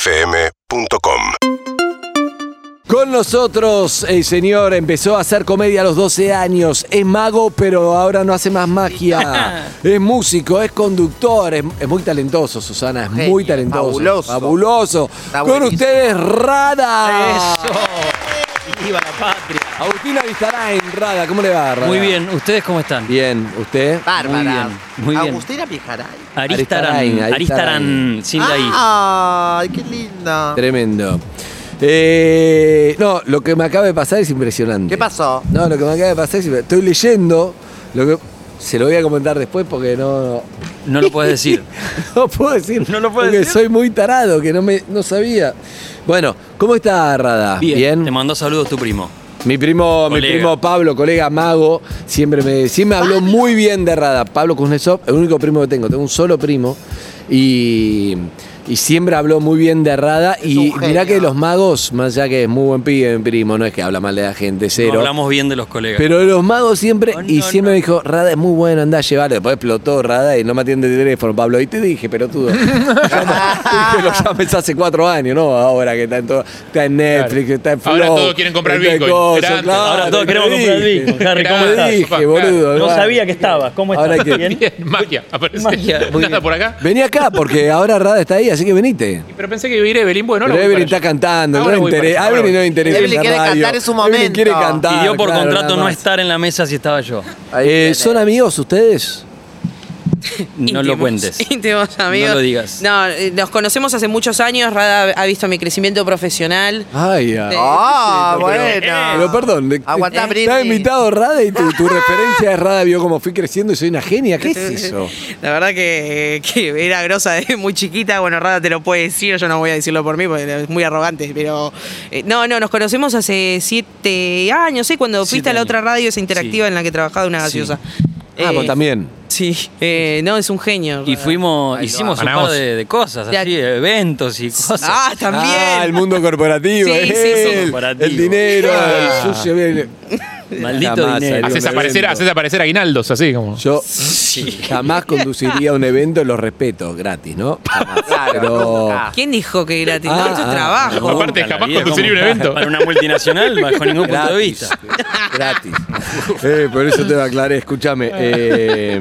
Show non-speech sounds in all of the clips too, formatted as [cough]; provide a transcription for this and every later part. UrbanaPlayFM.com Con nosotros el señor empezó a hacer comedia a los 12 años, es mago pero ahora no hace más magia, es músico, es conductor, es, es muy talentoso Susana, es muy Genio, talentoso, fabuloso. fabuloso. Está Con buenísimo. ustedes Rada, Eso. Viva la patria. Agustina Vistarain, Rada, ¿cómo le va Rada? Muy bien, ¿ustedes cómo están? Bien, ¿usted? Ah. Bárbara. Muy bien, muy bien. Agustina Pijaray. Aristarain, Aristarain. Aristarán, Aristarán, sin de Ah. ahí. Ay, qué linda. Tremendo. Eh, no, lo que me acaba de pasar es impresionante. ¿Qué pasó? No, lo que me acaba de pasar es que estoy leyendo lo que se lo voy a comentar después porque no [laughs] No lo puedes decir. no puedo decir No lo puedo porque decir. soy muy tarado que no me no sabía. Bueno, ¿cómo está Rada? Te mandó saludos tu primo. Mi primo, mi Colega. primo Pablo, colega mago, siempre me, siempre me habló muy bien de Rada. Pablo Kuznetsov, el único primo que tengo, tengo un solo primo. Y, y siempre habló muy bien de Rada. Y un mirá genio. que los magos, más allá que es muy buen pibe, mi primo, no es que habla mal de la gente, No cero. hablamos bien de los colegas. Pero los magos siempre, Oh, y no, siempre no. me dijo, Rada es muy bueno, andá a llevarlo. Después explotó Rada y no me atiende el teléfono, Pablo. Y te dije, pelotudo. Llama- que lo llames hace cuatro años, ¿no? Ahora que está en, todo, está en Netflix, está en Flow. Ahora todos quieren comprar está en Bitcoin. cosas, Era antes. claro, Ahora te todos queremos comprar dije. Bitcoin. Harry, ¿cómo Te estás? dije, boludo. No igual. sabía que estabas. ¿Cómo estás? Ahora hay que- ¿Bien? Bien, magia, aparece. Magia. Muy Nada bien. por acá. Vení acá, porque ahora Rada está ahí, así que venite. Pero pensé que iba a ir Evelyn. Bueno, Pero ahora voy Evelyn para está allá. cantando, no Ahora le voy para interesa. allá, A Evelyn ahora no voy. le interesa. Evelyn esa quiere radio. cantar, es su Evelyn momento. quiere cantar. Pidió por claro, contrato nada no más. estar en la mesa si estaba yo. Ahí Eh, viene. ¿Son amigos ustedes? No lo cuentes. [laughs] Íntimos amigos. No lo digas. No, eh, nos conocemos hace muchos años. Rada ha visto mi crecimiento profesional. Ay, ay. Ah, bueno. Pero perdón, de- Aguantá, está Britney. invitado Rada y [laughs] tu, tu referencia es Rada vio cómo fui creciendo y soy una genia. ¿Qué es eso? La verdad que, que era grosa desde muy chiquita. Bueno, Rada te lo puede decir, yo no voy a decirlo por mí porque es muy arrogante. Pero eh, no, no, nos conocemos hace siete años, ¿sí? Cuando Siete fuiste a la años. otra radio esa interactiva Sí. en la que trabajaba una Sí. gaseosa. Ah, Eh, vos también. Sí, eh, no, es un genio. Y Rada. fuimos, hicimos un par Ganamos. de, de cosas, Ya. así, eventos y cosas. Ah, también. Ah, el mundo corporativo. Sí, sí, sí. él, Corporativo. El dinero, el sucio. el- Maldito Jamás dinero. haría Haces un aparecer, evento. haces aparecer aguinaldos, así como. Yo jamás conduciría un evento, lo respeto, gratis, ¿no? Jamás. Claro, Pero- ah. ¿Quién dijo que gratis? Ah, No, esto es ah, trabajo. no. Nunca Aparte, en la jamás vida, conduciría ¿cómo? un evento. Para una multinacional, bajo ningún punto de [laughs] vista. Gratis. [laughs] Eh, por eso te lo aclaré. Escúchame. eh,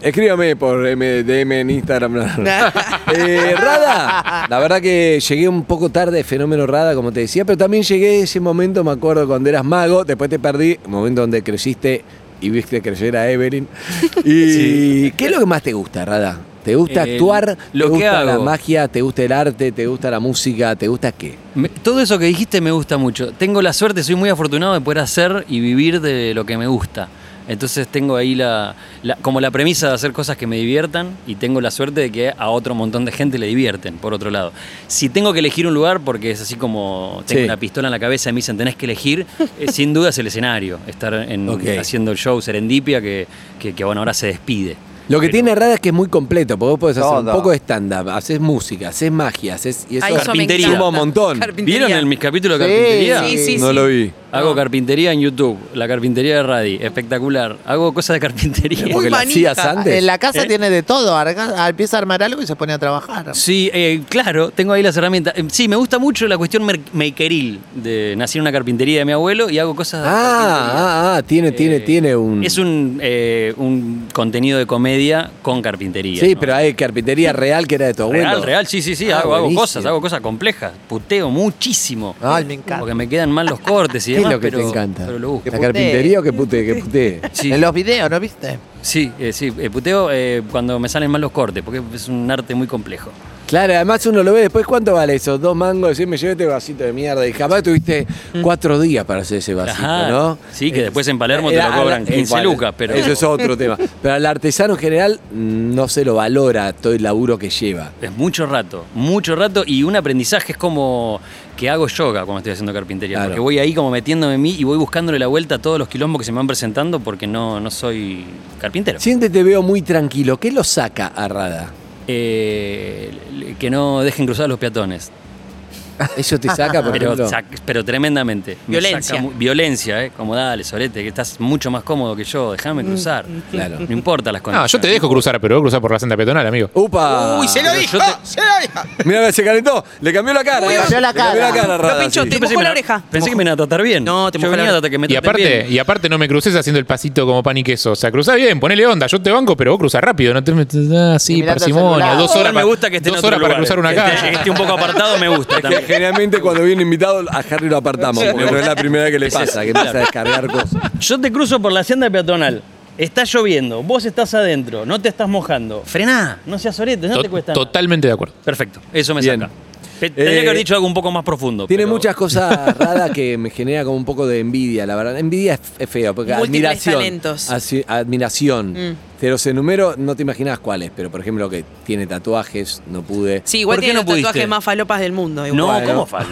escríbame por MDM en Instagram. no, no, no. Eh, Rada, la verdad que llegué un poco tarde, fenómeno Rada, como te decía, pero también llegué a ese momento, me acuerdo, cuando eras mago, después te perdí, momento donde creciste y viste crecer a Evelyn. [laughs] ¿Y qué es lo que más te gusta, Rada? ¿Te gusta Eh, actuar? lo ¿Te que gusta la hago. magia? ¿Te gusta el arte? ¿Te gusta la música? ¿Te gusta qué? Me- todo eso que dijiste me gusta mucho. Tengo la suerte, soy muy afortunado de poder hacer y vivir de lo que me gusta. Entonces tengo ahí la, la- como la premisa de hacer cosas que me diviertan y tengo la suerte de que a otro montón de gente le divierten, por otro lado. Si tengo que elegir un lugar, porque es así como tengo Sí. una pistola en la cabeza y me dicen tenés que elegir, [laughs] eh, sin duda es el escenario, estar en- Ok. haciendo el show Serendipia, que, que- que, bueno, ahora se despide. Lo que Pero- tiene Rada es que es muy completo, porque vos podés hacer un Todo. poco de stand-up, haces música, haces magia, haces. Y eso, Ay, eso me Carpintería. encanta. suma un montón. Carpintería. ¿Vieron en mis capítulos de Sí. carpintería? Sí, sí, no sí. lo vi. Hago carpintería en YouTube, la carpintería de Radi, espectacular. Hago cosas de carpintería. Porque lo manija. Eh, hacías antes. En la casa ¿Eh? tiene de todo. Arga- ah, Empieza a armar algo y se pone a trabajar. Sí, eh, claro, tengo ahí las herramientas. Eh, Sí, me gusta mucho la cuestión mer- makeril. De, nací en una carpintería de mi abuelo y hago cosas de carpintería. Ah, ah, ah, tiene, tiene, Eh, tiene un. Es un, eh, un contenido de comedia con carpintería. Sí, ¿no? pero hay carpintería real que era de tu abuelo. Real, real, sí, sí, sí, Ah, hago, hago buenísimo. Ah, cosas, hago cosas complejas, puteo muchísimo. Ay, me encanta. Porque me quedan mal los cortes [laughs] y ¿Qué es demás, lo que pero, te encanta? pero lo busco. ¿La carpintería o que pute? Que pute. Sí. En los videos, ¿no viste? Sí, eh, sí, eh, puteo eh, cuando me salen mal los cortes, porque es un arte muy complejo. Claro, además uno lo ve después, ¿cuánto vale eso? Dos mangos, decís, me llevé este vasito de mierda. Y jamás tuviste cuatro días para hacer ese vasito, Mm. Ajá. ¿no? Sí, que después en Palermo te Era- lo cobran eh, 15 bueno, lucas, pero. Eso es otro tema. Pero al artesano en general mm, no se lo valora todo el laburo que lleva. Es mucho rato, mucho rato y un aprendizaje es como que hago yoga cuando estoy haciendo carpintería, Claro. porque voy ahí como metiéndome en mí y voy buscándole la vuelta a todos los quilombos que se me van presentando porque no, no soy carpintero. Siempre te veo muy tranquilo. ¿Qué lo saca a Rada? Eh, que no dejen cruzar los peatones. Eso te saca, por [laughs] Pero, ejemplo. sac- pero tremendamente. Me Violencia. saca mu- violencia, ¿eh? Como dale, Solete, que estás mucho más cómodo que yo, déjame cruzar. Claro. No importa las No, condiciones. yo te dejo cruzar, pero voy a cruzar por la senda peatonal, amigo. ¡Upa! Uy, se lo pero dijo, yo te- se lo dijo. Mira, se calentó. Le cambió la cara. Uy, ¿eh? le cambió la Le cambió la cara. cara, Lo Rada, pinchó, sí. te pensé mojó que la me- oreja. Pensé que me iban a tratar bien. No, te Yo mojó la venía oreja. a tratar que me Y traten aparte, bien. y aparte no me cruces haciendo el pasito como pan y queso. O sea, cruzá bien, ponele onda. Yo te banco, pero vos cruzás rápido. No te ah, metas así, Y mirate el parsimonia. celular. Dos horas, Igual me para- gusta que esté dos en otro horas para lugar. cruzar una Que esté- calle. que esté [laughs] un poco apartado me gusta Que también. Generalmente cuando viene invitado a Harry lo apartamos, Sí, porque no. no es la primera vez que le Es eso, pasa, que claro. empieza a descargar cosas. Yo te cruzo por la hacienda peatonal. Está lloviendo, vos estás adentro, no te estás mojando. Frená, no seas orete, no To- te cuesta nada. totalmente de acuerdo. Perfecto, eso me Bien. saca. Pe- Tendría Eh, que haber dicho algo un poco más profundo. Tiene pero- muchas cosas raras que me genera como un poco de envidia, la verdad. Envidia es, es feo, porque Múltiples admiración. talentos. asi- admiración. Te los enumero, no te imaginas cuáles, pero por ejemplo que tiene tatuajes, no pude. Sí, igual ¿Por qué tiene no los tatuajes pudiste? más falopas del mundo. No, igual. ¿cómo falo?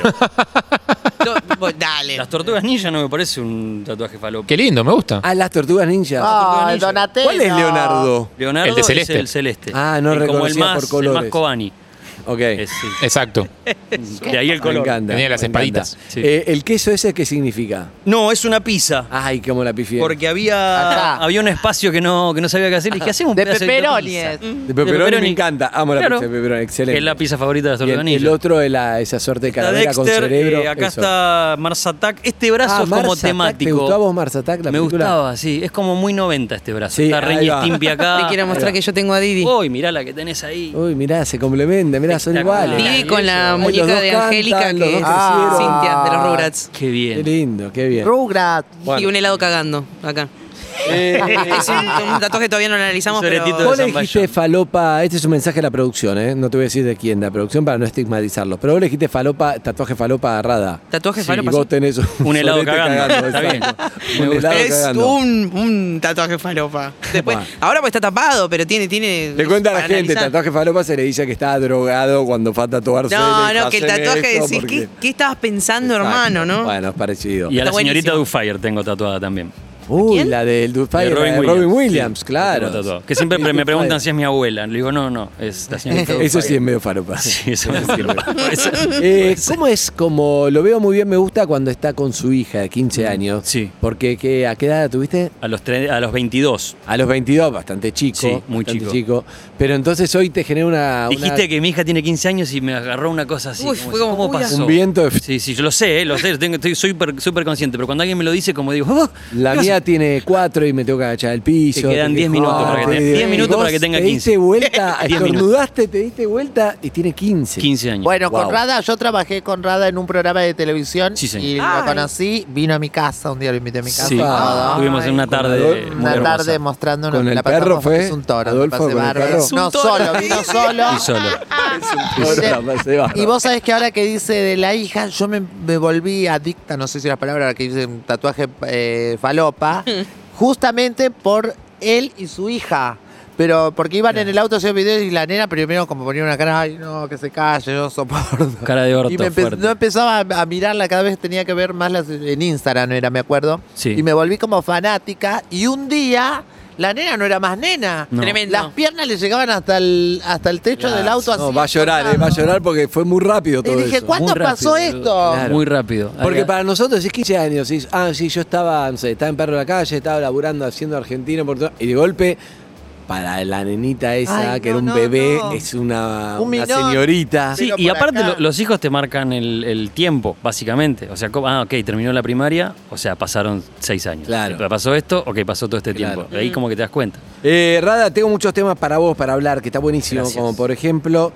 No, vos- [laughs] dale. Las tortugas ninja no me parece un tatuaje falopa. Qué lindo, me gusta. Ah, las tortugas ninja. Ah, Anillo. Donatello. ¿Cuál es Leonardo? Leonardo El de es celeste. el celeste. Ah, no Es como el reconocía más, por El colores. más Kobani. Ok. Es, sí. Exacto. De ahí el Me color. encanta. Tenía las me encanta. espaditas. Sí. Eh, ¿El queso ese qué significa? No, es una pizza. Ay, cómo la pifié. Porque había, Acá. había un espacio que no, que no sabía qué hacer y que hacemos un De pedacito pepperoni pizza. es. De pepperoni me pepperoni. encanta. Amo la Claro. pizza de pepperoni. Excelente. Es la pizza favorita de las Y tortugas el, el ninja. otro es la, esa suerte de Está calavera con Dexter, cerebro. eh, acá eso. está Mars Attack. Este brazo Ah, es como Mars Attack. temático. ¿Te gustaba vos Mars Attack, la Me película? gustaba, sí. Es como muy 90 este brazo. Sí, está ahí Ren y va. Stimpy acá. [laughs] Te quiero mostrar que yo tengo a Didi. Oh, Uy, mirá la que tenés ahí. Uy, mirá, se complementa, mirá, son Espectacular. iguales. Didi con la Ay, los muñeca dos de cantan, Angélica, los que dos es crecieron. Cintia de los Ah. Rugrats. Qué Qué bien. lindo, qué bien. Rugrat. Y un helado cagando [laughs] acá. Eh, Es un un tatuaje que todavía no lo analizamos, Un pero. soletito Vos de le San dijiste Bayón. falopa, este es un mensaje a la producción, ¿eh? no te voy a decir de quién, de la producción, para no estigmatizarlos, pero vos le dijiste falopa, tatuaje falopa agarrada. Tatuaje Sí, falopa, Y vos sí. tenés un, Un helado solete cagando, está bien. exacto. Me Un gusta. helado Es cagando. un, un tatuaje falopa. Después, Bueno. Ahora pues está tapado, pero tiene. tiene Le cuenta a la para gente, analizar. tatuaje falopa se le dice que está drogado cuando falta tatuarse. No, le no, que el hacen tatuaje esto decís, porque- ¿qué, ¿qué estabas pensando, Exacto. hermano, no? Bueno, es parecido. Y a Está la señorita buenísimo. Dufire tengo tatuada también. Uy, quién? la del Dufire, De la de eh, Robin, Williams, sí, la tengo claro. tatuada. Que siempre Robin [laughs] me preguntan Dufire. si es mi abuela. Le digo, no, no, es la señorita [laughs] Eso sí Dufire. es medio falopa. [laughs] Sí, eso me sirve. Por [laughs] eso- [laughs] Eh, ¿Cómo es? Como lo veo muy bien, me gusta cuando está con su hija de 15 años. Mm, Sí. Porque ¿qué- ¿a qué edad la tuviste? A los, tre- a los 22. A los 22, bastante chico. Sí, muy bastante chico. Pero entonces hoy te genera una... una- Dijiste que mi hija tiene 15 años y me agarró una cosa así. Uy, fue como, ¿Cómo uy, pasó? un viento de... Sí, sí, yo lo sé, eh, lo sé, lo tengo- estoy súper súper consciente, pero cuando alguien me lo dice, como digo, "Ah, La ¿qué mía pasó?". tiene 4 y me tengo que agachar al piso. Te quedan tengo que 10 minutos jugar, para que te- tenga- 10 minutos vos para que tenga Te 15. diste [laughs] vuelta, 10 minutos. estornudaste, te diste vuelta y tiene 15. [laughs] 15 años. Bueno, Wow. con Rada, yo trabajé con Rada en un programa de televisión Sí, señor. y Ay. lo conocí, vino a mi casa, un día lo invité a mi casa. sí, Ah. todo. tuvimos una tarde Adolfo. muy Una hermosa. tarde mostrando ¿Con el la pasamos- perro fue? Es un toro. Adolfo, la pasé ¿con el bárbaro. perro? Es un No toro. solo, vino [laughs] solo. Y solo. Ahora la pasé bárbaro. Y vos sabés que ahora que dice de la hija, yo me, me volví adicta, no sé si la palabra que dice un tatuaje eh, [laughs] falopa, justamente por él y su hija. Pero porque iban en el auto haciendo videos y la nena primero como ponía una cara, ay no, que se calle, yo no soporto. Cara de orto Y me empe- fuerte. no empezaba a, a mirarla, cada vez tenía que ver más las, en Instagram, era, me acuerdo. Sí. Y me volví como fanática. Y un día la nena no era más nena. No. Tremendo. Las piernas le llegaban hasta el, hasta el techo del auto así. No, va a llorar, eh, va a llorar porque fue muy rápido todo Y dije, eso. ¿cuándo Muy rápido, pasó esto? claro. Muy rápido. Porque Acá- para nosotros es 15 años. y- ah, sí, yo estaba, no sé, estaba en perro de la calle, estaba laburando, haciendo argentino, por todo- y de golpe, para la nenita esa, Ay, que no, era un no, bebé, no. es una, Un una minón. señorita. Sí, Pero y por aparte acá- lo- los hijos te marcan el, el tiempo, básicamente. O sea, co- ah, ok, terminó la primaria, o sea, pasaron seis años. Claro. Eh, Pasó esto, ok, pasó todo este Claro. tiempo. Mm. Ahí como que te das cuenta. Eh, Rada, tengo muchos temas para vos, para hablar, que está buenísimo. Gracias. Como por ejemplo,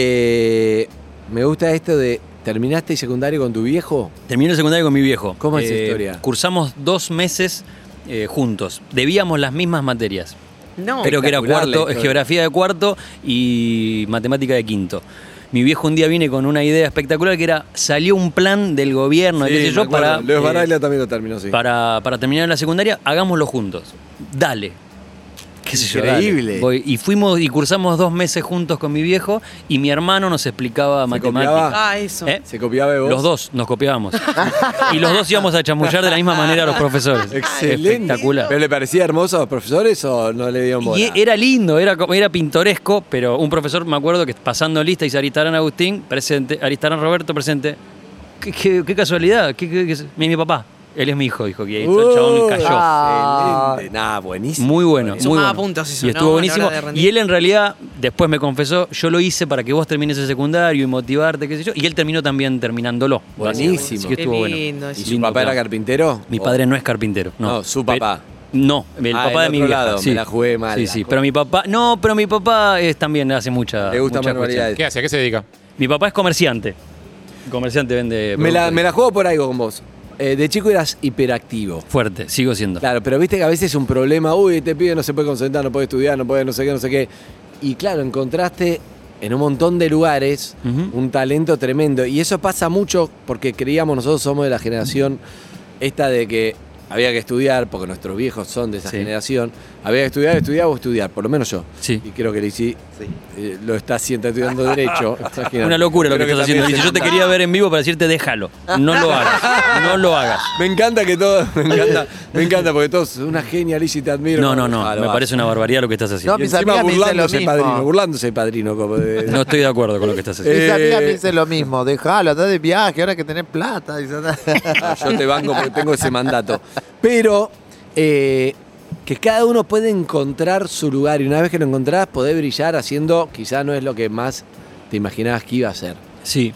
eh, me gusta esto de, ¿terminaste secundario con tu viejo? Terminé el secundario con mi viejo. Eh, ¿Cómo es esa historia? Cursamos dos meses eh, juntos. Debíamos las mismas materias. No. Creo que era espectacular la cuarto, historia. geografía de cuarto y matemática de quinto. Mi viejo un día viene con una idea espectacular que era, salió un plan del gobierno, qué sé me yo, acuerdo. para, Leo eh, Baraglia también lo terminó, sí. para, para terminar la secundaria, hagámoslo juntos. Dale. qué sé yo, Increíble. dale, voy. Y fuimos y cursamos dos meses juntos con mi viejo y mi hermano nos explicaba matemáticas. copiaba? Ah, eso. ¿Eh? ¿Se copiaba de vos? Los dos nos copiábamos. y los dos íbamos a chamullar de la misma manera a los profesores. Excelente. Ah, Espectacular. ¿Pero le parecía hermoso a los profesores o no le dieron bola? Y era lindo, era, como- era pintoresco, pero un profesor, me acuerdo que pasando lista, dice Aristarán Agustín, presente, Aristarán Roberto, presente. Qué, qué- qué casualidad, qué, qué- qué- mi, mi papá. Él es mi hijo, dijo que Uh. el chabón cayó. Ah. Excelente. Nah, buenísimo. Muy bueno, muy Sumaba bueno. puntos eso, y ¿no? estuvo A la buenísimo. hora de rendir. Y él en realidad, después me confesó, yo lo hice para que vos termines el secundario y motivarte, qué sé yo. Y él terminó también terminándolo. Buenísimo. Así que estuvo Qué bueno. lindo eso. ¿Y su Lindo, papá era claro. carpintero? Oh. Mi ¿O- padre no es carpintero. No, No, su papá. Pero- no, el Ah, papá del de mi otro vieja. lado, me sí. la jugué mal. Sí, La sí, pero mi papá, no, pero mi papá es, también hace mucha. Le gustan mucha barbaridades. ¿Qué hace? ¿A qué se dedica? cuestión. Mi papá es comerciante. Comerciante vende Me la, productos. me la juego por algo con vos. Eh, de chico eras hiperactivo. fuerte, sigo siendo. Claro, pero viste que a veces es un problema, uy, este pibe no se puede concentrar, no puede estudiar, no puede no sé qué, no sé qué. Y claro, encontraste en un montón de lugares Ujú. un talento tremendo. Y eso pasa mucho porque creíamos, nosotros somos de la generación esta de que había que estudiar, porque nuestros viejos son de esa Sí. generación, había que estudiar, estudiar o estudiar, por lo menos yo. Sí. Y creo que Lichi eh, lo está haciendo, está estudiando [laughs] derecho. Imagínate. Una locura lo que Creo estás también haciendo. Dice, se yo te nota. quería ver en vivo para decirte, déjalo. No lo [laughs] hagas. No lo hagas. Me encanta que todo, me encanta, me encanta porque todos, una genia, Lichi, te admiro. No, no, no. Ah, lo Me vas. parece una barbaridad lo que estás haciendo. Y No, mis encima amigas me dicen burlándose, lo mismo. padrino, burlándose, padrino. Como de- [laughs] No estoy de acuerdo con lo que estás haciendo. Eh, Mis amigas me dicen lo mismo, dejalo, andá de viaje, ahora que tenés plata. dice, andá. Ah, Yo te banco porque tengo ese mandato. Pero eh, que cada uno puede encontrar su lugar y una vez que lo encontrás podés brillar haciendo, quizá no es lo que más te imaginabas que iba a ser. Sí.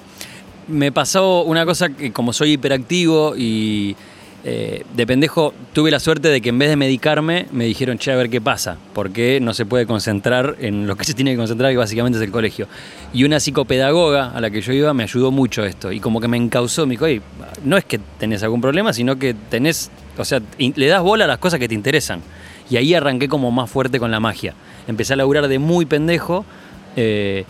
Me pasó una cosa que como soy hiperactivo y eh, de pendejo tuve la suerte de que en vez de medicarme me dijeron, che, a ver qué pasa, porque no se puede concentrar en lo que se tiene que concentrar, que básicamente es el colegio. Y una psicopedagoga a la que yo iba me ayudó mucho esto y como que me encausó, me dijo, "Ey, no es que tenés algún problema, sino que tenés, o sea, in- le das bola a las cosas que te interesan. Y ahí arranqué como más fuerte con la magia. Empecé a laburar de muy pendejo. eh,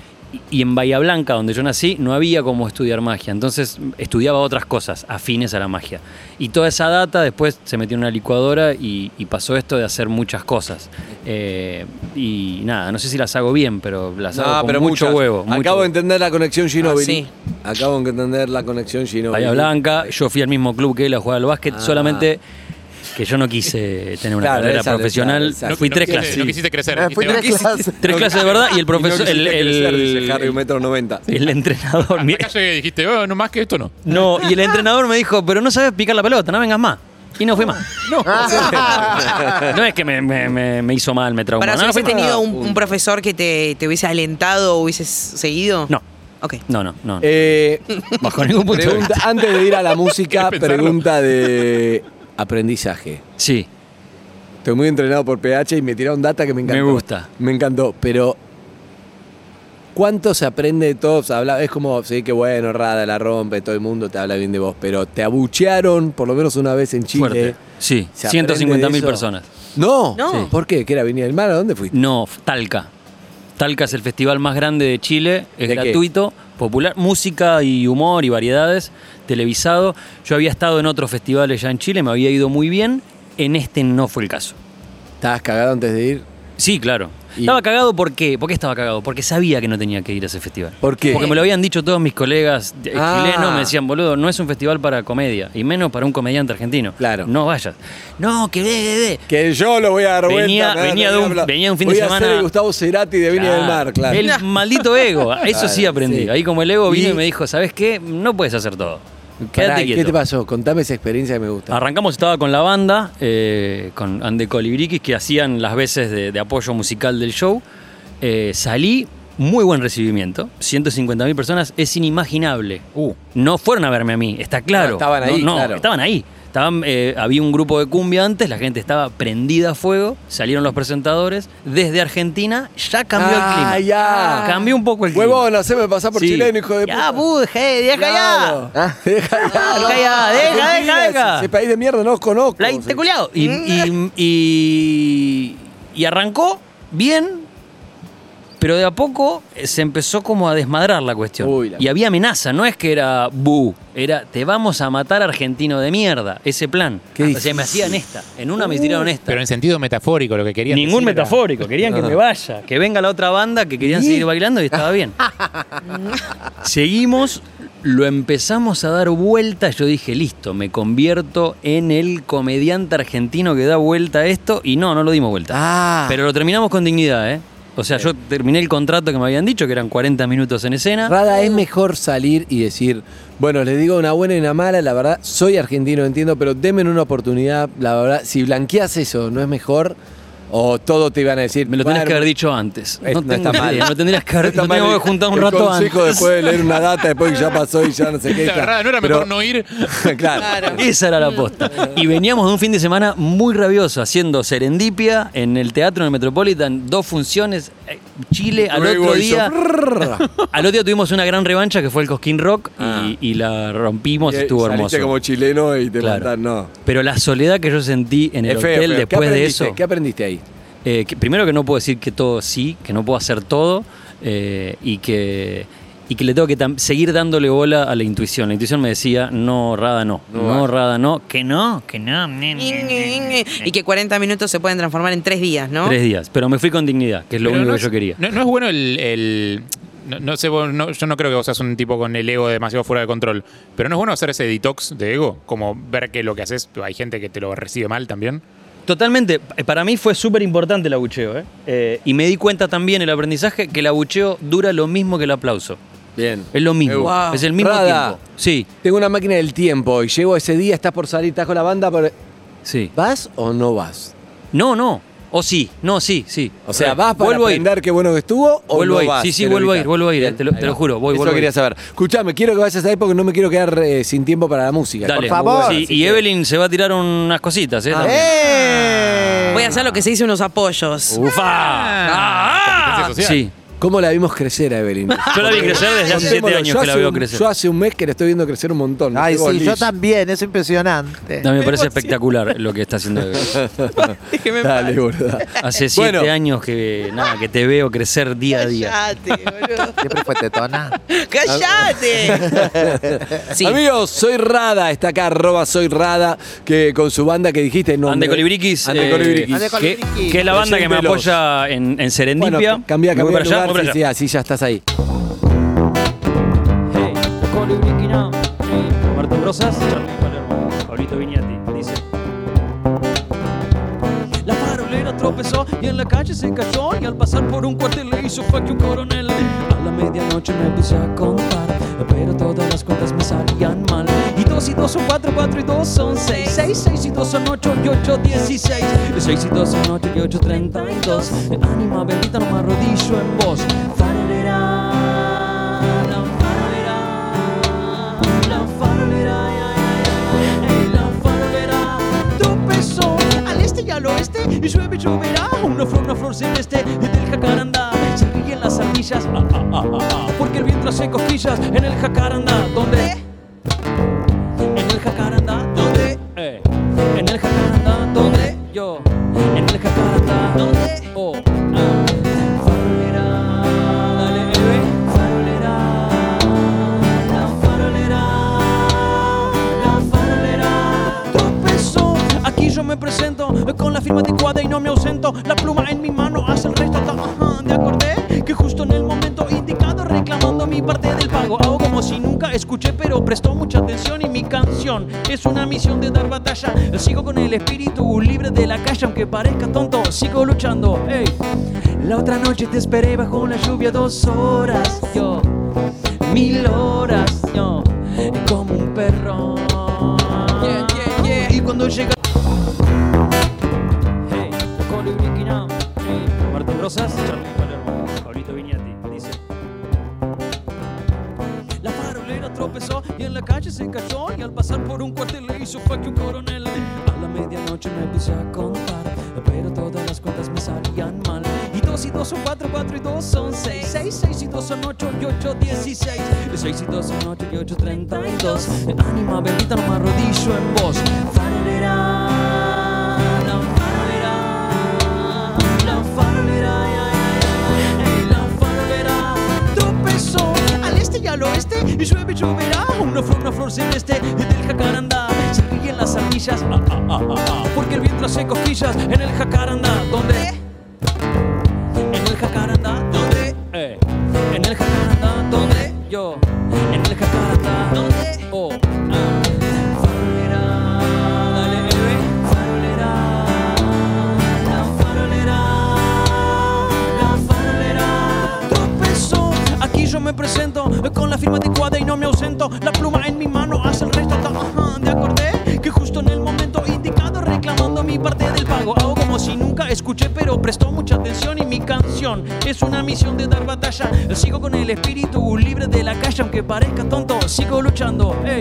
y en Bahía Blanca, donde yo nací, no había cómo estudiar magia. Entonces estudiaba otras cosas afines a la magia. Y toda esa data después se metió en una licuadora y, y pasó esto de hacer muchas cosas. Eh, y nada, no sé si las hago bien, pero las hago con mucho muchas. huevo. mucho Acabo de huevo. entender la conexión Ginóbili. Ah, sí. Acabo de entender la conexión Ginóbili. Bahía Blanca, yo fui al mismo club que él a jugar al básquet, Ah. solamente que yo no quise tener una Claro, carrera exacto, profesional. exacto, exacto. Fui no tres quisiste- clases. No quisiste crecer. Me Ah, [laughs] fui dijiste, tres clases. [laughs] Tres clases de verdad y el Y no profesor. el, quisiste crecer, el- dice Harry, un metro noventa. [laughs] el entrenador. mi- Acá llegué y dijiste, oh, no más que esto no. No, y el entrenador me dijo, pero no sabes picar la pelota, no vengas más. Y no fui más. No, [laughs] no es que me, me- me- me hizo mal, me traumó. Para no, si no, hubiese fui más. tenido un, un profesor que te, te hubiese alentado o hubieses seguido. No. Ok. No, no, no. Eh, [laughs] Bajo ningún punto de pregunta- vista. antes de ir a la [laughs] música, ¿Querés pensarlo? pregunta de aprendizaje. Sí. Estoy muy entrenado por PH y me tiraron data que me encantó. Me gusta. Me encantó, pero ¿cuánto se aprende de todos? Habla, es como, sí, que bueno, Rada la rompe, todo el mundo te habla bien de vos, pero te abuchearon por lo menos una vez en Chile. Fuerte. Sí, ¿Se aprende 150 de mil eso? personas. No. No. Sí. ¿Por qué? ¿Que era Viña del Mar? ¿A dónde fuiste? No, Talca. Talca es el festival más grande de Chile, es ¿De qué? gratuito, popular, música y humor y variedades, televisado. Yo había estado en otros festivales ya en Chile, me había ido muy bien, en este no fue el caso. ¿Estabas cagado antes de ir? Sí, claro. Y- Estaba cagado porque, ¿por qué estaba cagado? Porque sabía que no tenía que ir a ese festival. ¿Por qué? Porque me lo habían dicho todos mis colegas de- Ah. chilenos, me decían, boludo, no es un festival para comedia, y menos para un comediante argentino. Claro. No vayas. No, que ve, ve, ve. Que yo lo voy a dar Venía- vuelta. me venía da- de un- bla- bla. venía de un fin Voy de a ser semana- el Gustavo Cerati de Viña del Mar, claro. El maldito ego. Eso [laughs] sí Claro, aprendí. sí. Ahí como el ego vino Y- y, me dijo, ¿sabes qué? No puedes hacer todo. Quédate Pará, ¿y ¿Qué quieto". te pasó? Contame esa experiencia que me gusta. Arrancamos, estaba con la banda, eh, con Ande Colibriquis, que hacían las veces de, de apoyo musical del show. Eh, salí, muy buen recibimiento, 150.000 personas, es inimaginable. No fueron a verme a mí, está claro. No, Uh. Ah, estaban ahí, No, no, claro. estaban ahí. Estaban, eh, había un grupo de cumbia antes, la gente estaba prendida a fuego, salieron los presentadores. Desde Argentina ya cambió el clima. Ah, ya. Cambió un poco el clima. Huevón, haceme pasar por Sí. chileno, hijo de Ya, puta. pude, deja Claro. ya. Ah, [laughs] Deja ya. no. deja ya, deja, Argentina, deja, deja. Ese país de mierda no los conozco. La Sí. Mm. inte culiao. Y, y, y, y arrancó bien. Pero de a poco eh, se empezó como a desmadrar la cuestión. Uy, la- y había amenaza, no es que era bu, era te vamos a matar argentino de mierda, ese plan. Qué o sea, me hacían esta, en una me tiraron esta. Pero en sentido metafórico, lo que querían Ningún decir era- metafórico, [laughs] querían que me vaya, que venga la otra banda que querían seguir bailando y estaba bien. Seguimos, lo empezamos a dar vuelta, yo dije, listo, me convierto en el comediante argentino que da vuelta a esto y no, no lo dimos vuelta. Ah. Pero lo terminamos con dignidad, ¿eh? O sea, yo terminé el contrato que me habían dicho, que eran 40 minutos en escena. Rada, es mejor salir y decir, bueno, les digo una buena y una mala, la verdad, soy argentino, entiendo, pero denme una oportunidad, la verdad, si blanqueas eso, ¿no es mejor? O todo te iban a decir. Me lo tenías "Bueno, que haber dicho antes. es- No, tengo idea, me lo tendrías que No haber está no mal tengo que el- juntar un el rato consejo antes. después de leer una data, después que [laughs] ya pasó y ya no sé qué. La ya. verdad, no era Pero- mejor no ir. [laughs] claro. Esa era la aposta. Y veníamos de un fin de semana muy rabioso, haciendo serendipia en el teatro en el Metropolitan, dos funciones, eh, Chile, al Luego otro hizo [laughs] día. prrrra. Al otro día tuvimos una gran revancha que fue el Cosquín Rock y- y, la rompimos, Ah. Y estuvo saliste hermoso. como chileno y te Claro. mandan, no. Pero la soledad que yo sentí en el Es feo, hotel feo. ¿Qué después de aprendiste? eso. ¿Qué aprendiste ahí? Eh, que primero que no puedo decir que todo sí, que no puedo hacer todo eh, y que y que le tengo que tam- seguir dándole bola a la intuición. La intuición me decía, no, Rada, no. No, Rada, no. Que no, que no. ne, ne, ne, ne. Y que 40 minutos se pueden transformar en tres días, ¿no? Tres días. Pero me fui con dignidad, que es lo Pero único no que es- yo quería. No, no es bueno el. el- no, no sé, vos- no- yo no creo que vos seas un tipo con el ego demasiado fuera de control. Pero no es bueno hacer ese detox de ego, como ver que lo que haces, hay gente que te lo recibe mal también. Totalmente. Pa- Para mí fue súper importante el abucheo. ¿eh? Eh, y me di cuenta también el aprendizaje que el abucheo dura lo mismo que el aplauso. Bien. Es lo mismo. Wow. Es el mismo Rada. tiempo. Sí, Tengo una máquina del tiempo y llego ese día, estás por salir, estás con la banda, pero sí. ¿vas o no vas? No, no. O sí. No, sí, sí. Eh, O sea, ¿vas para Vuelvo a ir. aprender qué bueno que estuvo o Vuelvo no a ir. vas? Sí, sí, Quiero vuelvo a ir, evitar. vuelvo a ir, Bien, te lo- ahí te lo va. juro, voy, Eso vuelvo a quería ir. saber. Escuchame, quiero que vayas ahí porque no me quiero quedar eh, sin tiempo para la música. Dale. Por favor. Sí, Así y que- Ah, Evelyn se va a tirar unas [laughs] cositas, ¿eh? También. ¡Eh! Voy a hacer lo que se dice unos apoyos. ¡Ufa! Ah, Ah. Competencia social. Sí. ¿Cómo la vimos crecer a Evelyn? Yo la vi [laughs] crecer desde hace Contémoslo, siete años yo que la hace veo un- crecer. Yo hace un mes que la estoy viendo crecer un montón. Ay, Estoy sí, yo feliz. también, es impresionante. No, me [laughs] parece espectacular lo que está haciendo Evelyn. Déjeme Dale, boludo. Hace siete Bueno. años que, nada, que te veo crecer día a día. Cállate, boludo. Siempre fue tetona. Cállate. Sí. Amigos, soy Rada, está acá arroba soy Rada, que con su banda que dijiste no. Ande Colibriquis. Ande eh, Colibriquis. Ande que, Colibriquis. que es la banda que me Preséntelos. apoya en, en Bueno, Serendipia. ca- cambia, Me cambia voy el para allá, lugar, voy para sí, sí, allá. así ya estás ahí. Hey, Colibriqui, no. Eh, Martín Rosas, Charlie Palermo, Pablito Viñati, dice. La farolera tropezó y en la calle se cayó y al pasar por un cuartel le hizo fuck un coronel. A la medianoche me puse a contar, pero todas las cuentas me salían mal. Y dos y dos son cuatro, cuatro y dos son seis, seis, seis y dos son ocho y ocho dieciséis, seis y dos son ocho y ocho treinta y dos. Ánima bendita no me arrodillo en vos. Farolera, la farolera, la farolera, ay, ay, ay, la farolera tropezó al este y al oeste y llueve lloverá una flor una flor celeste del jacarandá se ríen las ardillas ah, ah, ah, ah, ah, porque el viento hace cosquillas en el jacarandá donde en el jacarandá donde eh. en el jacarandá donde yo en el jacarandá donde oh ah. Farolera, dale, bebé. Farolera, la farolera, la farolera tropezó. Aquí yo me presento eh, con la firma adecuada y no me ausento. La pluma en mi mano hace el resto. ta- ajá, ¿Te acordé? Que justo en el momento indicado reclamando mi parte del pago. Hago como si nunca escuché, pero prestó mucha atención y mi canción es una misión de dar batalla. Sigo con el espíritu libre de la calle, aunque parezca tonto, sigo luchando. ey. La otra noche te esperé bajo la lluvia dos horas. Yo mil horas, yo, como un perro. Yeah, yeah, yeah. Y cuando llega. Hey, Colibrí no. Hey, Martín Rosas, Charlie Palermo, Pablito Viñati, dice. La farolera tropezó y en la calle se cayó y al pasar por un cuartel le hizo fuck un coronel. A la medianoche me puse a contar, pero todas las cuentas me salían mal. Y dos y dos son cuatro, cuatro y dos son seis, seis, seis y dos son ocho y ocho dieciséis, seis y dos son ocho y ocho treinta y dos. Ánima bendita no me arrodillo en vos. Farolera, eh, la farolera, la farolera, ay, ay, ay, ay, la y al oeste y llueve y lloverá una flor, una flor celeste del jacarandá se ríen las ardillas ah, ah, ah, ah, ah, porque el viento hace cosquillas en el jacarandá donde en el jacarandá donde eh, en el jacarandá donde yo en el jacarandá donde oh ah. Farolera, dale, bebé. Farolera, la farolera, la farolera. Tropezó, aquí yo me presento con la firma adecuada y no me ausento. La pluma en mi mano hace el resto. ta- ajá, Te acordé que justo en el momento indicado reclamando mi parte del pago. Hago como si nunca escuché, pero prestó mucha atención y mi canción es una misión de dar batalla. Sigo con el espíritu libre de la calle, aunque parezca tonto, sigo luchando. Ey.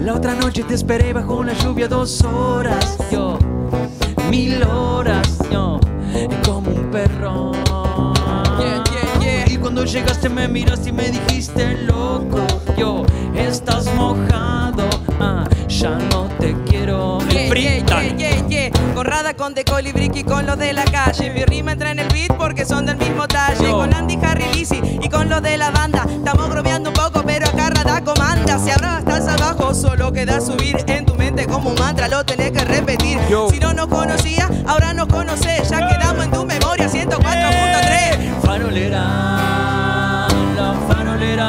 La otra noche te esperé bajo la lluvia dos horas, yo, mil horas, yo, como un perro. Yeah, yeah, yeah. Y cuando llegaste me miraste y me dijiste loco, yo, estás mojado, ah, ya no te quiero. Yeah, El freestyle. yeah, yeah, yeah, yeah. Corrada con de colibriqui con los de la calle. Mi rima entra en el beat porque son del mismo talle. Yo. Con Andy, Harry, Lizzy y con los de la banda. Estamos bromeando un poco, pero acá Rada comanda. Si ahora estás abajo, solo queda subir en tu mente como un mantra. Lo tenés que repetir. Yo. Si no nos conocías, ahora nos conocés. Ya quedamos en tu memoria 104.3. Farolera, la farolera,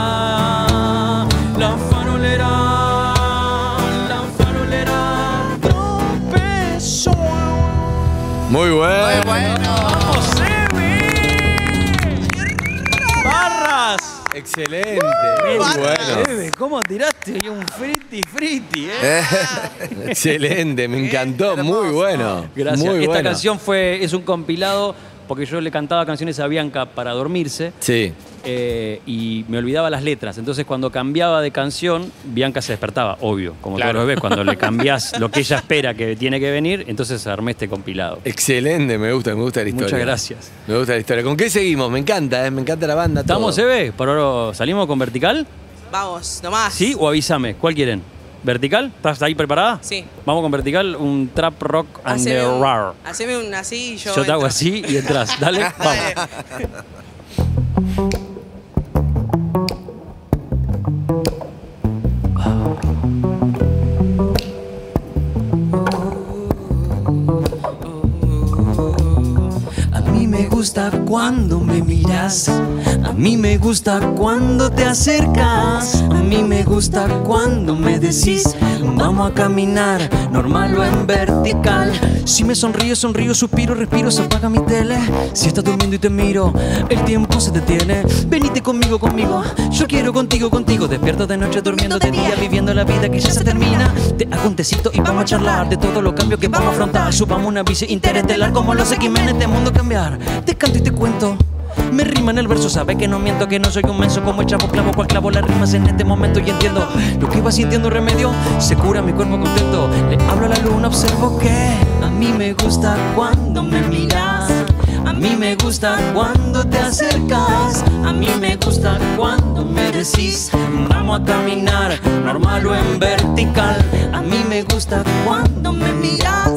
la farolera, la farolera, tropezó. Muy bueno. ¡Vamos, Eve! ¡Barras! Excelente. Barras. Muy bueno. Eve, ¿Cómo tiraste? Y un friti, friti, eh. [laughs] Excelente, me encantó. Muy bueno. Gracias. Eh, Muy Esta bueno. canción fue, es un compilado porque yo le cantaba canciones a Bianca para dormirse Sí. eh, y me olvidaba las letras. Entonces, cuando cambiaba de canción, Bianca se despertaba, obvio, como Claro. todos los ves, cuando le cambias lo que ella espera que tiene que venir, entonces armé este compilado. Excelente, me gusta, me gusta la historia. Muchas gracias. Me gusta la historia. ¿Con qué seguimos? Me encanta, eh, me encanta la banda. todo. ¿Estamos, Eve? ¿Por ahora salimos con vertical? Vamos, nomás. ¿Sí o avísame? ¿Cuál quieren? ¿Vertical? ¿Estás ahí preparada? Sí. Vamos Vamos con vertical, un trap rock and the rar. Haceme un así y yo. Yo, te hago entro. así y entras. [laughs] Dale, vamos. A mí me gusta cuando me miras. A mí me gusta cuando te acercas. A mí me gusta cuando me decís, vamos a caminar, normal o en vertical. Si me sonrío, sonrío, suspiro, respiro, se apaga mi tele. Si estás durmiendo y te miro, el tiempo se detiene. Venite conmigo, conmigo. Yo quiero contigo, contigo. Despierto de noche, durmiendo de día, viviendo la vida que ya se termina. Te hago un tecito y vamos a charlar de todos los cambios que vamos a afrontar. Subamos una bici interestelar como los x en este mundo cambiar. Te canto y te cuento. Me rima en el verso, sabe que no miento, que no soy un menso como el chavo clavo, cual clavo las rimas en este momento y entiendo lo que iba sintiendo un remedio, se cura mi cuerpo contento. Le hablo a la luna, observo que a mí me gusta cuando me miras, a mí me gusta cuando te acercas, a mí me gusta cuando me decís vamos a caminar, normal o en vertical, a mí me gusta cuando me miras,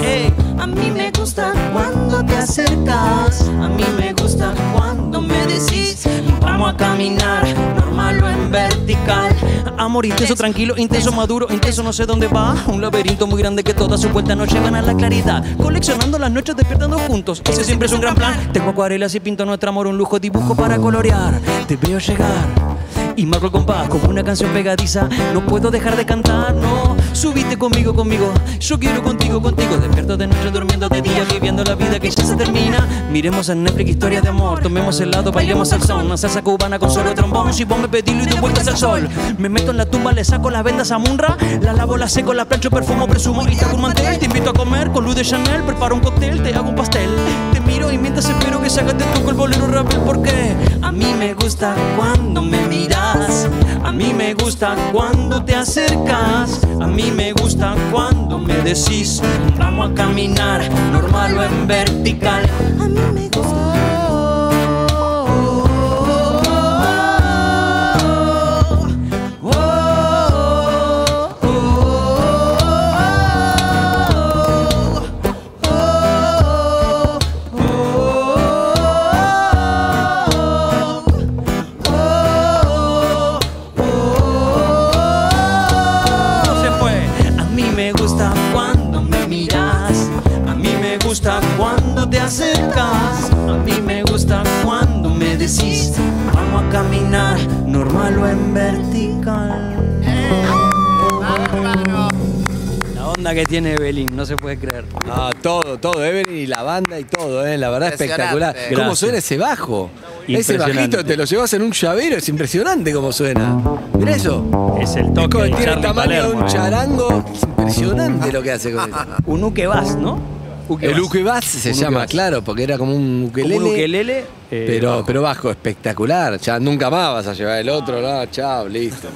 a mí me gusta cuando te acercas, a mí me gusta cuando me decís vamos a caminar, normal o en vertical, amor intenso, tranquilo, intenso, maduro, intenso, no sé dónde va, un laberinto muy grande que toda su vuelta no llegan a la claridad, coleccionando las noches despertando juntos, ese siempre es un gran plan, tengo acuarelas y pinto nuestro amor un lujo, dibujo para colorear, te veo llegar. Y marco el compás como una canción pegadiza No puedo dejar de cantar, no Subiste conmigo, conmigo Yo quiero contigo, contigo Despierto de noche, durmiendo de día Viviendo la vida que ya se termina Miremos en Netflix historias de amor Tomemos helado, bailemos al son Una salsa cubana con solo trombón Si vos me pedís y de vueltas al sol Me meto en la tumba, le saco las vendas a Munra La lavo, la seco, la plancho, perfumo, presumo Y te hago un mantel Te invito a comer con luz de Chanel Preparo un cóctel, te hago un pastel Te miro y mientras espero que sacas de tu el bolero rapel Porque a mí me gusta cuando me miras A mí me gusta cuando te acercas A mí me gusta cuando me decís Vamos a caminar, normal o en vertical A mí me gusta Oh, oh, oh, oh, oh, oh, oh, oh, oh, volcán. La onda que tiene Belín, no se puede creer. Ah, todo, todo, Evelyn y la banda y todo, ¿eh? la verdad espectacular. Impresionante. ¿Cómo Gracias. suena ese bajo? Ese Impresionante. bajito te lo llevas en un llavero, es impresionante cómo suena. Mira eso. Es el Es toque como- de tiene el Charlie tamaño de Palermo, un eh. charango, es impresionante lo que hace con eso. Un uquebás, ¿no? El ukebas se Un llama, ukebas. claro, porque era como un ukelele. Como un ukelele. eh, Pero, pero bajo, espectacular. Ya nunca más vas a llevar el otro, no, chao, listo.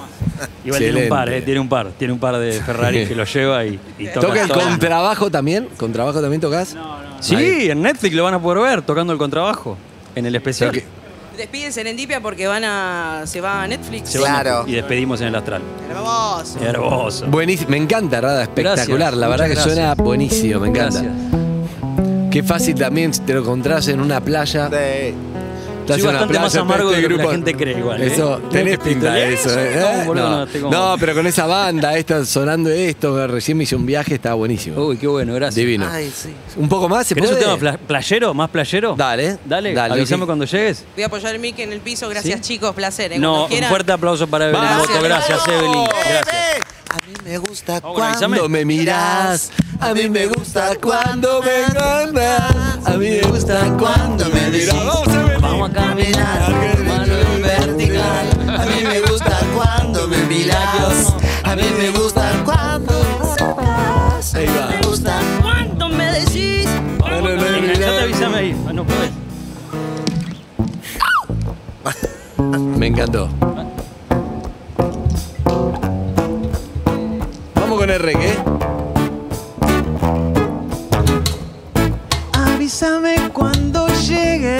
Igual tiene un par, eh, Excelente. tiene un par, tiene un par de Ferrari que lo lleva y, y toca. ¿Toca el todo. contrabajo también? ¿Contrabajo también tocas? No, no. Sí, en Netflix lo van a poder ver tocando el contrabajo en el especial. Despídense en Endipia porque van a. se va a Netflix. Se van a- Claro. Y despedimos en el astral. Hermoso. Hermoso. Buenísimo, me encanta, Rada, espectacular. Gracias, la verdad que muchas suena gracias. buenísimo, me encanta. Gracias. Qué fácil también si te lo encontrás en una playa. Sí. Estás Soy en una bastante más playa, amargo este de lo que la grupo- gente cree igual, ¿eh? Eso, tenés pinta de eso. ¿eh? No, boludo, no, estoy como- No, pero con esa banda, esta, sonando esto, recién me hice un viaje, estaba buenísimo. Uy, qué bueno, gracias. Divino. Ay, sí. ¿Un poco más se Uh, ¿Querés puede? un tema pla- playero? ¿Más playero? Dale, Dale, dale, avísame ok. cuando llegues. Voy a apoyar el mic en el piso. Gracias, ¿Sí? chicos. Placer. ¿eh? No, Cuando un quieran. fuerte aplauso para Evelyn Vamos, Boto. Gracias, Evelyn. Evelyn. Gracias. A mí me gusta Vamos, cuando avísame. Cuando me mirás, a mí me gusta cuando me encantas, a mí me gusta cuando me decís, mirás. Vamos a ver. Vamos a caminar, mano en vertical. A mí me gusta cuando me miras. A mí me gusta cuando Ahí va. me gusta. ¿Cuánto me decís? No, no, no, Enganchate, mirá. avísame ahí. Ah, No podés. Me encantó. Vamos con el reggae. ¿eh? Avísame cuando llegue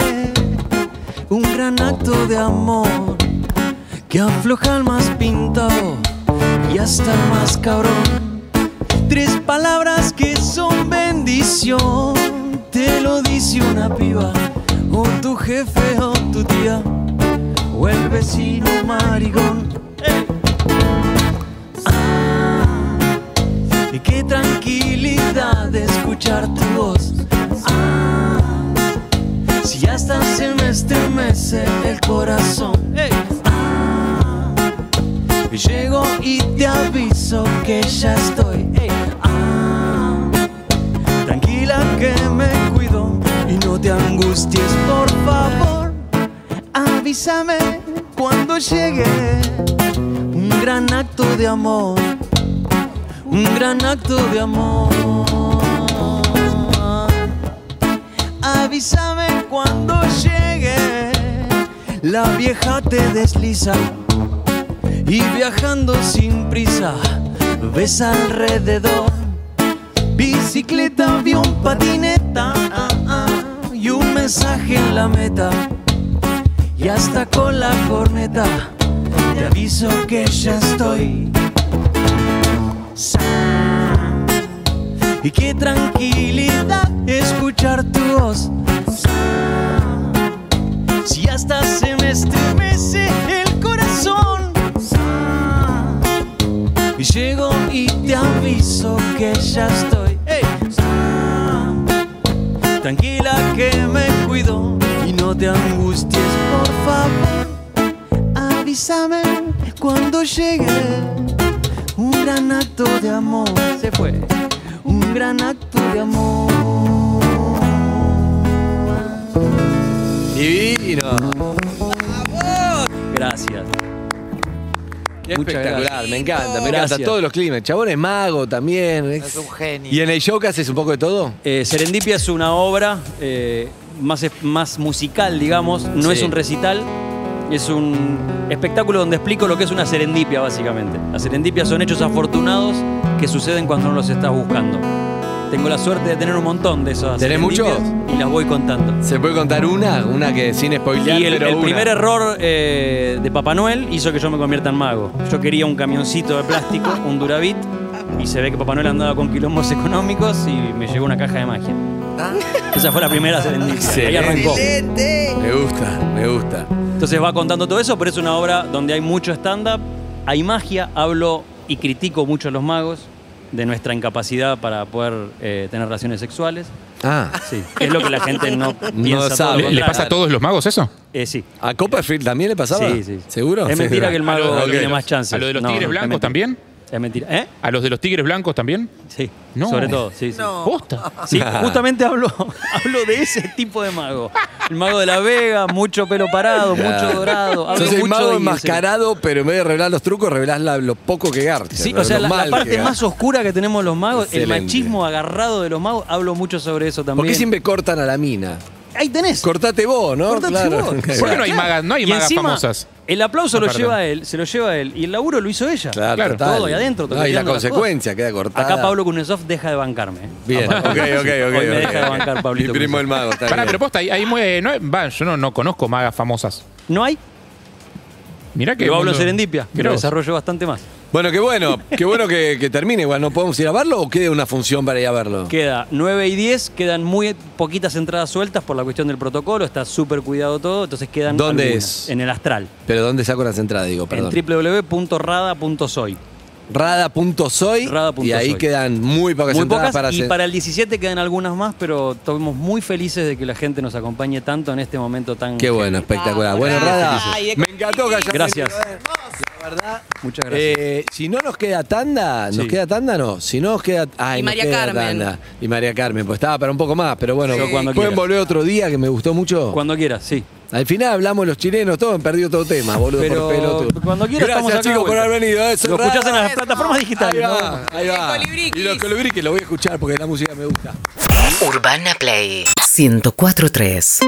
un gran acto de amor que afloja al más pintado y hasta el más cabrón. Tres palabras que son bendición, te lo dice una piba, o tu jefe o tu tía, o el vecino marigón. Ah, y qué tranquilidad de escuchar tu voz. Ah, si hasta se me estremece este el corazón. Ah, y llego y te aviso que ya estoy. Ah, tranquila que me cuido y no te angusties, por favor. Avísame cuando llegue un gran acto de amor un gran acto de amor. Avísame cuando llegue, la vieja te desliza y viajando sin prisa ves alrededor. Bicicleta, avión, patineta ah, ah, y un mensaje en la meta y hasta con la corneta te aviso que ya estoy. Sam. Y qué tranquilidad escuchar tu voz. Sam. Si hasta se me estremece el corazón. Sam. Y llego y te aviso que ya estoy. Ey. Sam. Tranquila que me cuido y no te angusties, por favor. Avísame cuando llegue un gran acto de amor. Se fue. Un gran acto de amor. Divino. Gracias. Muchas Espectacular, gracias. me encanta, me Gracias. encanta. Todos los climas. Chabón es mago también. Es un genio. ¿Y en el show que haces un poco de todo? Eh, Serendipia es una obra eh, más, es- más musical, digamos. No Sí. es un recital, es un espectáculo donde explico lo que es una serendipia, básicamente. Las serendipias son hechos afortunados que suceden cuando no los estás buscando. Tengo la suerte de tener un montón de esas. ¿Tenés serendipias mucho? Y las voy contando. ¿Se puede contar una? Una que sin spoilear, Y el, pero el una. primer error eh, de Papá Noel hizo que yo me convierta en mago. Yo quería un camioncito de plástico, un Duravit, y se ve que Papá Noel andaba con quilombos [laughs] económicos y me llegó una caja de magia. Esa fue la primera serendipia. Ahí arrancó. Me gusta, me gusta. Entonces va contando todo eso, pero es una obra donde hay mucho stand-up, hay magia, hablo y critico mucho a los magos. de nuestra incapacidad para poder eh, tener relaciones sexuales. Ah. Sí, que es lo que la gente no piensa. todo sabe. lo ¿Le, le pasa a contrario. todos los magos eso? Eh, sí. ¿A Copperfield también le pasaba? Sí, sí. ¿Seguro? Es Sí, mentira sí. que el ¿A mago los- a los de tiene los- más chances. a los de los No, tigres no, es blancos mentira. también? Es mentira. ¿Eh? ¿A los de los tigres blancos también? Sí. No. Sobre todo, sí, sí. Posta. Sí, [laughs] justamente hablo, [laughs] hablo de ese tipo de mago. El mago de la Vega, mucho pelo parado, Claro. mucho dorado. hablo Sos el mucho mago de- enmascarado, pero en vez de revelar los trucos, revelás la- lo poco que garcha. Sí, ¿no? o sea, Lo la, la mal que parte garcha. más oscura que tenemos los magos, Excelente. el machismo agarrado de los magos, hablo mucho sobre eso también. ¿Por qué siempre cortan a la mina? Ahí tenés. Cortate vos, ¿no? Cortate Claro. vos. ¿Por qué no hay Claro. magas, no hay Y magas encima, famosas? El aplauso lo Aparte. lleva él, se lo lleva él. Y el laburo lo hizo ella. Claro, Claro. total. Todo ahí adentro, No, y la toqueteando las consecuencia queda cortada. Acá Pablo Kuznetsov deja de bancarme. ¿eh? Bien, ok, ok, ok. Hoy me ok. deja de bancar Pablito Mi primo Kuznetsov. el mago, está Pará, bien. pero posta, ahí, ahí mue- no, va, yo no, no conozco magas famosas. No hay. Mirá que. Lo hablo en mundo- Serendipia, que Mirá lo vos. desarrollo bastante más. Bueno, qué bueno, qué bueno que, que termine. Igual, ¿no podemos ir a verlo o quede una función para ir a verlo? Queda 9 y 10, quedan muy poquitas entradas sueltas por la cuestión del protocolo, está súper cuidado todo, entonces quedan ¿Dónde algunas, es? en el astral, Pero ¿dónde saco las entradas? Digo, perdón. en www.rada.soy. Rada.soy. Rada.soy. y ahí quedan muy pocas Muy entradas pocas para y hacer. para el 17 quedan algunas más, pero estamos muy felices de que la gente nos acompañe tanto en este momento tan Qué bueno, espectacular. Bueno, Ay, Rada, qué me encantó que hayas Ah, Gracias. venido, eh. La verdad, Muchas gracias. Eh, si no nos queda tanda, ¿nos Sí. queda tanda no? Si no nos queda. Ay, Y nos María queda Carmen. tanda. Y María Carmen, pues estaba para un poco más, pero bueno, Yo cuando pueden quieras. volver otro día que me gustó mucho. Cuando quieras, sí. Al final hablamos los chilenos, todos han perdido todo tema, boludo, Pero por pelotudo. cuando quieras Gracias, estamos acá de chicos, por vuelta. haber venido. eh, Lo escuchás en cerrada. las plataformas Ahí digitales. ¿no? va, ahí va. Colibriquis. Y los colibriquis los voy a escuchar porque la música me gusta. Urbana Play 1043